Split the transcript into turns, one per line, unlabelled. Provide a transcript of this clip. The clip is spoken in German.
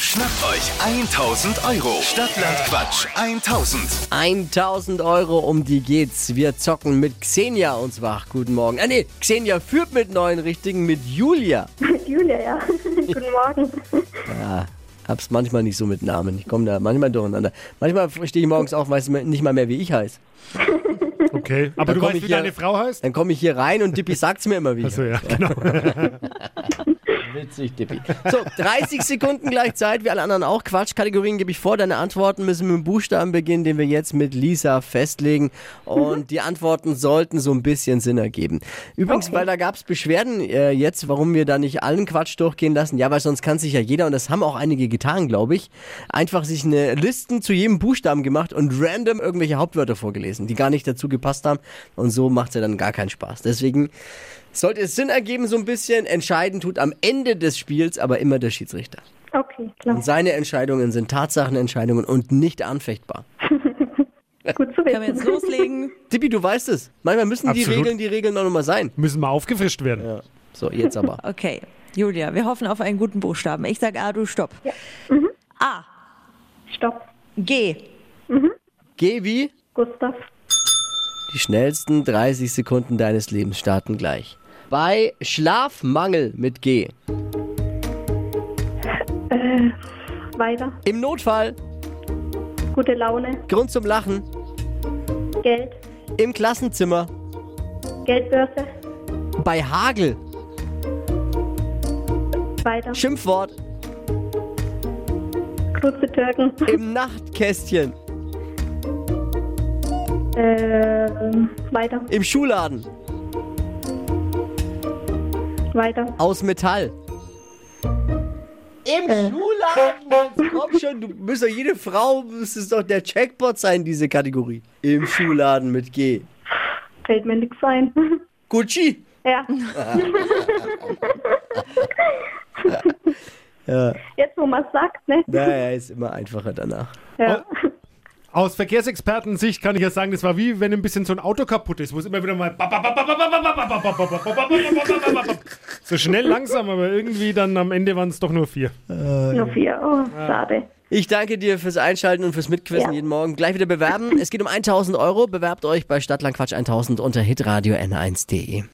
Schnappt euch 1000 Euro. Stadtland Quatsch 1000.
1000 Euro, um die geht's. Wir zocken mit Xenia uns wach. Guten Morgen. Ah, nee, Xenia führt mit neuen Richtigen, mit Julia.
Mit Julia, ja. Guten Morgen.
Ja, hab's manchmal nicht so mit Namen. Ich komme da manchmal durcheinander. Manchmal stehe ich morgens auf, weiß nicht mal mehr, wie ich heiße.
Okay, aber
Dann
du
komm
weißt,
ich
wie
ja-
deine Frau heißt?
Dann komme ich hier rein und Dippi sagt's mir immer wieder.
Achso, ja, genau.
Witzig, Dippi. So, 30 Sekunden gleich Zeit, wie alle anderen auch. Quatschkategorien gebe ich vor. Deine Antworten müssen mit dem Buchstaben beginnen, den wir jetzt mit Lisa festlegen. Und die Antworten sollten so ein bisschen Sinn ergeben. Übrigens, weil da gab es Beschwerden äh, jetzt, warum wir da nicht allen Quatsch durchgehen lassen. Ja, weil sonst kann sich ja jeder, und das haben auch einige getan, glaube ich, einfach sich eine Listen zu jedem Buchstaben gemacht und random irgendwelche Hauptwörter vorgelesen, die gar nicht dazu gepasst haben. Und so macht es ja dann gar keinen Spaß. Deswegen sollte es Sinn ergeben, so ein bisschen. Entscheiden tut am Ende des Spiels aber immer der Schiedsrichter.
Okay, klar.
Und seine Entscheidungen sind Tatsachenentscheidungen und nicht anfechtbar.
Gut zu
Können wir jetzt
wissen.
loslegen?
Tippi, du weißt es. Manchmal müssen die
Absolut.
Regeln die Regeln auch nochmal sein.
Müssen mal aufgefrischt werden.
So, jetzt aber.
Okay, Julia, wir hoffen auf einen guten Buchstaben. Ich sag A, du stopp. A,
Stopp.
G,
Geh wie?
Gustav.
Die schnellsten 30 Sekunden deines Lebens starten gleich. Bei Schlafmangel mit G.
Weiter.
Im Notfall.
Gute Laune.
Grund zum Lachen.
Geld.
Im Klassenzimmer.
Geldbörse.
Bei Hagel.
Weiter.
Schimpfwort.
Kruze Türken.
Im Nachtkästchen.
Ähm, weiter.
Im Schuhladen.
Weiter.
Aus Metall. Im Schuhladen. Jetzt Komm schon, du bist doch jede Frau, müsste es doch der Checkpot sein, diese Kategorie. Im Schuhladen mit G.
Fällt mir nichts ein.
Gucci.
ja.
Ja.
Jetzt, wo man sagt, ne?
Naja, ist immer einfacher danach.
Ja.
Aus Verkehrsexperten-Sicht kann ich ja sagen, das war wie wenn ein bisschen so ein Auto kaputt ist, wo es immer wieder mal so schnell langsam, aber irgendwie dann am Ende waren es doch nur vier.
Nur vier. Oh, schade.
Ich danke dir fürs Einschalten und fürs Mitquissen
Ja.
jeden Morgen. Gleich wieder bewerben. Es geht um 1000 Euro. Bewerbt euch bei Stadtlandquatsch 1000 unter hitradio n1.de.